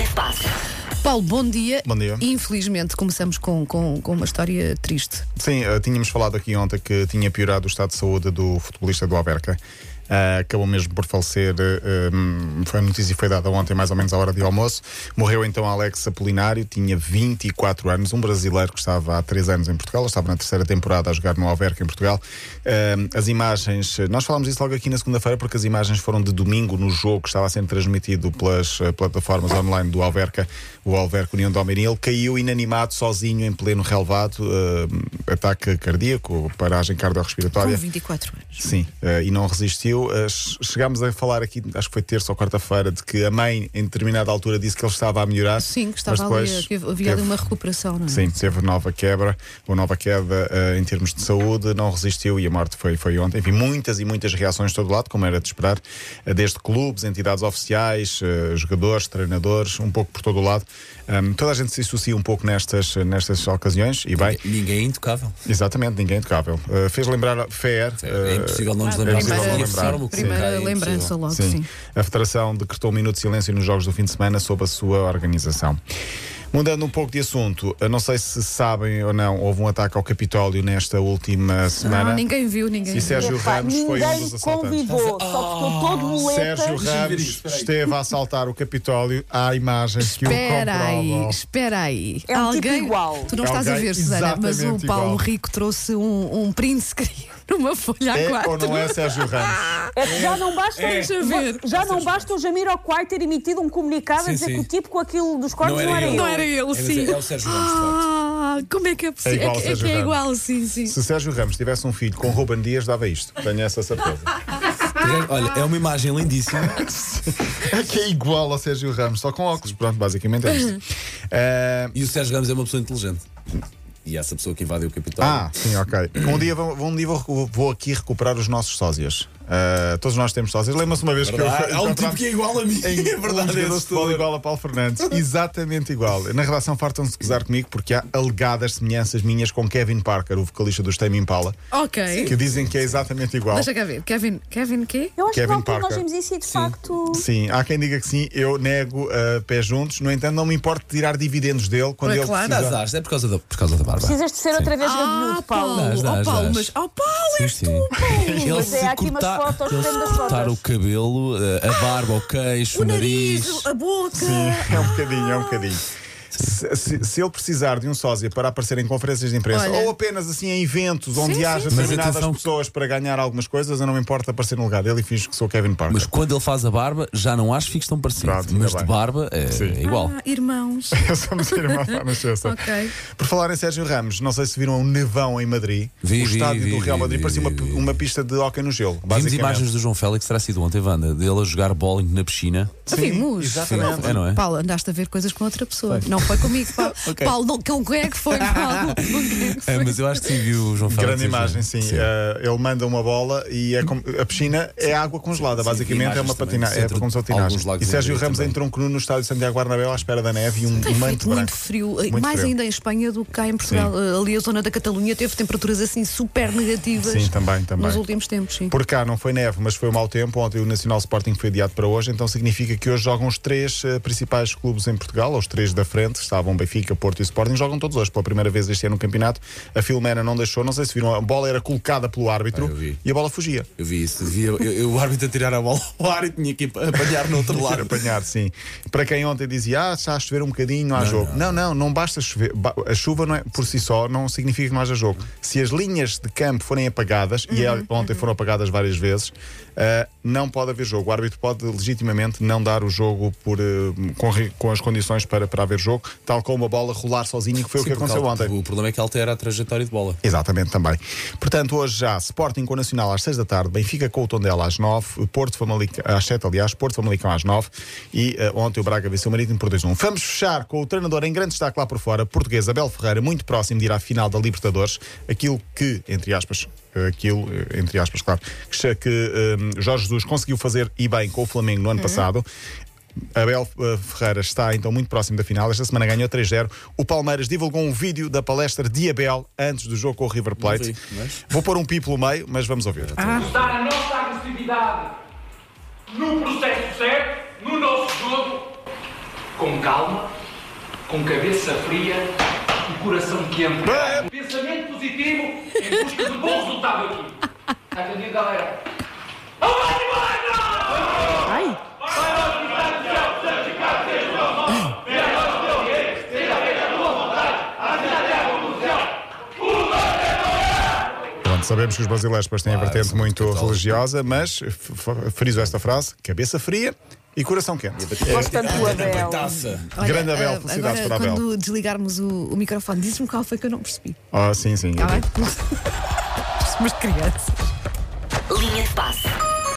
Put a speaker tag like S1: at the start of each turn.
S1: Espaço.
S2: Paulo, bom dia.
S3: Bom dia.
S2: Infelizmente começamos com, com, com uma história triste.
S3: Sim, eh, tínhamos falado aqui ontem que tinha piorado o estado de saúde do futebolista do Alberca. Ah, acabou mesmo por falecer, eh, hum, foi a notícia que foi dada ontem, mais ou menos à hora de almoço. Morreu então Alex Apolinário, tinha 24 anos, um brasileiro que estava há 3 anos em Portugal, estava na terceira temporada a jogar no Alberca em Portugal. Ah, as imagens, nós falámos isso logo aqui na segunda-feira, porque as imagens foram de domingo no jogo que estava sendo transmitido pelas eh, plataformas online do Alverca, o Alverca União de Almeirim. Ele caiu inanimado, sozinho, em pleno relevado, eh, ataque cardíaco, paragem
S2: Com
S3: cardiorrespiratória.
S2: 24 anos.
S3: Sim, eh, e não resistiu. Eh, ch- chegámos a falar aqui, acho que foi terça ou quarta-feira, de que a mãe, em determinada altura, disse que ele estava a melhorar.
S2: Sim, que
S3: mas
S2: estava
S3: depois
S2: ali, que havia ali
S3: teve-
S2: uma recuperação, não é?
S3: Sim, teve nova quebra, ou nova queda eh, em termos de saúde, não resistiu e a morte foi, foi ontem. Enfim, muitas e muitas reações de todo lado, como era de esperar, eh, desde clubes, entidades oficiais, eh, jogadores, treinadores, um pouco por todo o lado. Ahm, toda a gente se associa um pouco nestas, nestas ocasiões e bem.
S4: Ninguém é intocável.
S3: Exatamente, ninguém é tocável. Eh, fez lembrar a FER.
S4: É
S3: eh,
S4: impossível não nos
S2: Ah,
S4: lembrarmos
S2: primeira-
S4: daqui.
S3: não lembrar.
S4: Forma como
S2: Primeira
S4: cai, é impossível.
S2: lembrança logo, sim.
S3: Sim. A Federação decretou um minuto de silêncio nos jogos do fim de semana sob a sua organização. Mudando um pouco de assunto, eu não sei se sabem ou não, houve um ataque ao Capitólio nesta última semana.
S2: Ah, ninguém viu, ninguém
S3: E Sérgio
S2: viu.
S3: Ramos foi um dos
S5: ninguém
S3: assaltantes.
S5: convidou, só ficou
S6: Oh,
S5: todo boletas.
S3: Sérgio Ramos esteve a assaltar o Capitólio. Há imagens que o
S2: Espera
S3: comprovam.
S2: aí, espera aí.
S5: É um tipo igual.
S2: Tu não estás a
S3: É Alguém
S2: ver, Susana, mas o
S3: exatamente
S2: Paulo
S3: igual.
S2: Rico trouxe um, um print screen numa folha a
S3: É
S2: quatro.
S3: ou não é Sérgio Ramos?
S5: É que já não basta,
S2: Deixa ver.
S5: já não basta o Jamiroquai ter emitido um comunicado
S4: Sim,
S5: a dizer
S4: sim.
S5: que o tipo com aquilo dos cortes não era, ele.
S2: Não era ele,
S4: mas
S2: sim.
S4: é- é o Sérgio Ramos, de facto.
S2: Ah, como é que é possível?
S3: igual ao
S2: que- que
S3: Sérgio
S2: é
S3: Ramos.
S2: igual, sim, sim.
S3: Se Sérgio Ramos tivesse um filho com Ruben Dias, dava isto. Tenho essa certeza.
S4: Porque, Olha, é uma imagem lindíssima.
S3: É que é igual ao Sérgio Ramos, só com óculos. Pronto, basicamente é isto. Ah,
S4: E o Sérgio Ramos é uma pessoa inteligente. E essa pessoa que invadiu o Capitólio.
S3: Ah, sim, ok. Um dia, vou, um dia vou, vou aqui recuperar os nossos sósias. Ah, todos nós temos sósias. Lembra-se uma vez que
S4: Verdade.
S3: eu
S4: Há um
S3: encontrava-
S4: tipo que é igual a mim. É
S3: um
S4: verdade,
S3: jogador de
S4: é
S3: futebol
S4: assustador.
S3: igual a Paulo Fernandes. Exatamente igual. Na redação fartam-se de gozar comigo porque há alegadas semelhanças minhas com Kevin Parker, o vocalista dos Tame Impala,
S2: Ok.
S3: que dizem que é exatamente igual.
S2: Deixa cá ver. Kevin, Kevin quê?
S5: Eu acho que
S3: Kevin
S5: na altura nós
S3: Parker.
S5: vimos isso e de facto.
S3: Sim, há quem diga que sim, eu nego a pé juntos, no entanto, não me importo de tirar dividendos dele quando
S2: Mas
S3: ele
S2: claro.
S3: precisar.
S4: Dás, é por causa da, por causa da barba.
S5: Precisas de ser outra vez
S2: Ah,
S5: gabinudo, Paulo.
S2: Paulo,
S4: Dás,
S2: oh,
S4: dás,
S2: Paulo,
S4: dás.
S2: mas oh, Paulo,
S4: Sim,
S2: és
S4: sim.
S2: tu, Paulo.
S4: Ele
S5: Mas
S4: se
S5: é, há aqui umas
S4: cortar,
S5: fotos, tenho
S4: ele se
S5: das
S4: cortar o
S5: fotos.
S4: cabelo, eh, a barba, o queixo,
S2: O nariz, a boca.
S3: É um bocadinho, é um bocadinho. Se, se- se ele precisar de um sósia para aparecer em conferências de imprensa
S2: Olha.
S3: ou apenas assim em eventos onde
S2: Sim, sim,
S3: haja
S2: sim.
S3: determinadas
S4: Mas atenção que-
S3: pessoas para ganhar algumas coisas, eu não me importo aparecer no lugar dele e finjo que sou Kevin Parker.
S4: Mas quando ele faz a barba, já não acho fiques tão parecido.
S3: Pronto, ainda
S4: mas de
S3: bem.
S4: barba é é igual.
S2: Ah, irmãos.
S3: Somos irmãos à nascença.
S2: Ok.
S3: Por falar em Sérgio Ramos, não sei se viram um nevão em Madrid.
S4: Vi,
S3: o
S4: vi,
S3: estádio
S4: vi,
S3: do Real
S4: vi,
S3: Madrid
S4: vi,
S3: parecia
S4: vi,
S3: uma,
S4: vi.
S3: uma pista de hóquei no gelo.
S4: Vimos
S3: basicamente.
S4: imagens do João Félix, terá sido ontem, Wanda, dele a jogar bowling na piscina.
S3: Sim,
S2: Vimos.
S3: Exatamente.
S4: É, não é?
S2: Paulo, andaste a ver coisas com outra pessoa. Não foi comigo, Paulo. Paulo, não, com quem é que foi, Paulo? Com quem é que foi?
S4: É, mas eu acho que sim, viu o João Félix.
S3: Grande
S4: hoje, não é?
S3: imagem, sim. Eh, ele manda uma bola e é como- a piscina é água congelada,
S4: Sim,
S3: basicamente é
S4: imagens
S3: uma
S4: também
S3: patina,
S4: do
S3: é
S4: centro,
S3: como se fosse
S4: alguns
S3: patinagem. E
S4: lagos
S3: Sérgio
S4: em
S3: Ramos
S4: Madrid
S3: entrou um nu no estádio de Santiago Guarnabel à espera da neve e um
S2: Tem
S3: manto
S2: feito
S3: branco.
S2: muito frio, eh,
S3: Muito
S2: mais
S3: frio.
S2: ainda em Espanha do que cá em Portugal. Eh, Ali a zona da Catalunha teve temperaturas assim super negativas.
S3: Sim, também, também.
S2: Nos últimos tempos, sim.
S3: Por cá não foi neve, mas foi um mau tempo. Ontem o Nacional Sporting foi adiado para hoje, então significa que hoje jogam os três eh, principais clubes em Portugal, os três da frente, estavam Benfica, Porto e Sporting, jogam todos hoje pela primeira vez este ano no campeonato. A Filomena não deixou, não sei se viram, a bola era colocada pelo
S4: Ah, eu
S3: árbitro
S4: vi.
S3: e a bola fugia.
S4: Eu vi isso. Devia, eu, eu- o árbitro a tirar a bola ao ar e tinha que apanhar no outro
S3: Ir
S4: lado.
S3: apanhar, sim. Para quem ontem dizia, ah, está a chover um bocadinho, não há jogo. Não, não, não, basta chover. Ba- A chuva não é, por si só não significa que não haja jogo. Se as linhas de campo forem apagadas, e é-
S4: Uhum.
S3: ontem foram apagadas várias vezes, ah, não pode haver jogo. O árbitro pode legitimamente não dar o jogo por, eh, com, ri- com as condições para, para haver jogo, tal como a bola rolar sozinha, que foi o
S4: Sim,
S3: que
S4: porque
S3: aconteceu
S4: al-
S3: ontem.
S4: O problema é que altera a trajetória de bola.
S3: Exatamente, também. Portanto, hoje já Sporting com o Nacional às 6 da tarde, Benfica com o Tondela às 9, Porto Famalicão, às 7, aliás, Porto Famalicão às 9 e eh, ontem o Braga venceu o Marítimo por 2-1. Vamos fechar com o treinador em grande destaque lá por fora, português Abel Ferreira, muito próximo de ir à final da Libertadores, aquilo que, entre aspas, eh, aquilo, eh, entre aspas, claro, que, che- que eh, Jorge Jesus conseguiu fazer e bem com o Flamengo no ano passado. Abel eh, Ferreira está então muito próximo da final. Esta semana ganhou 3-0. O Palmeiras divulgou um vídeo da palestra de Abel antes do jogo com o River Plate.
S4: Não vi, mas- Ah.
S3: Vou pôr um pi pelo meio, mas vamos ouvir.
S6: usar a nossa agressividade no processo certo, no nosso jogo,
S1: com calma, com cabeça fria e coração quente. Um pensamento positivo em busca de um bom resultado aqui. Está entendido, galera?
S5: Ai!
S3: Pronto, sabemos que os brasileiros depois têm a
S4: Claro,
S3: vertente
S4: são muito
S3: muito
S4: católicos.
S3: religiosa, mas f- f- friso esta frase: cabeça fria e coração quente.
S5: Gosto tanto do Abel.
S4: Taça.
S3: Grande Abel,
S2: ah,
S3: felicidades
S2: agora,
S3: para Abel.
S2: Quando desligarmos o, o microfone, diz-me qual foi que eu não percebi. tá
S3: Ah, sim, sim. eu
S2: Está bem?
S3: digo.
S2: Somos crianças.
S6: Linha de passe.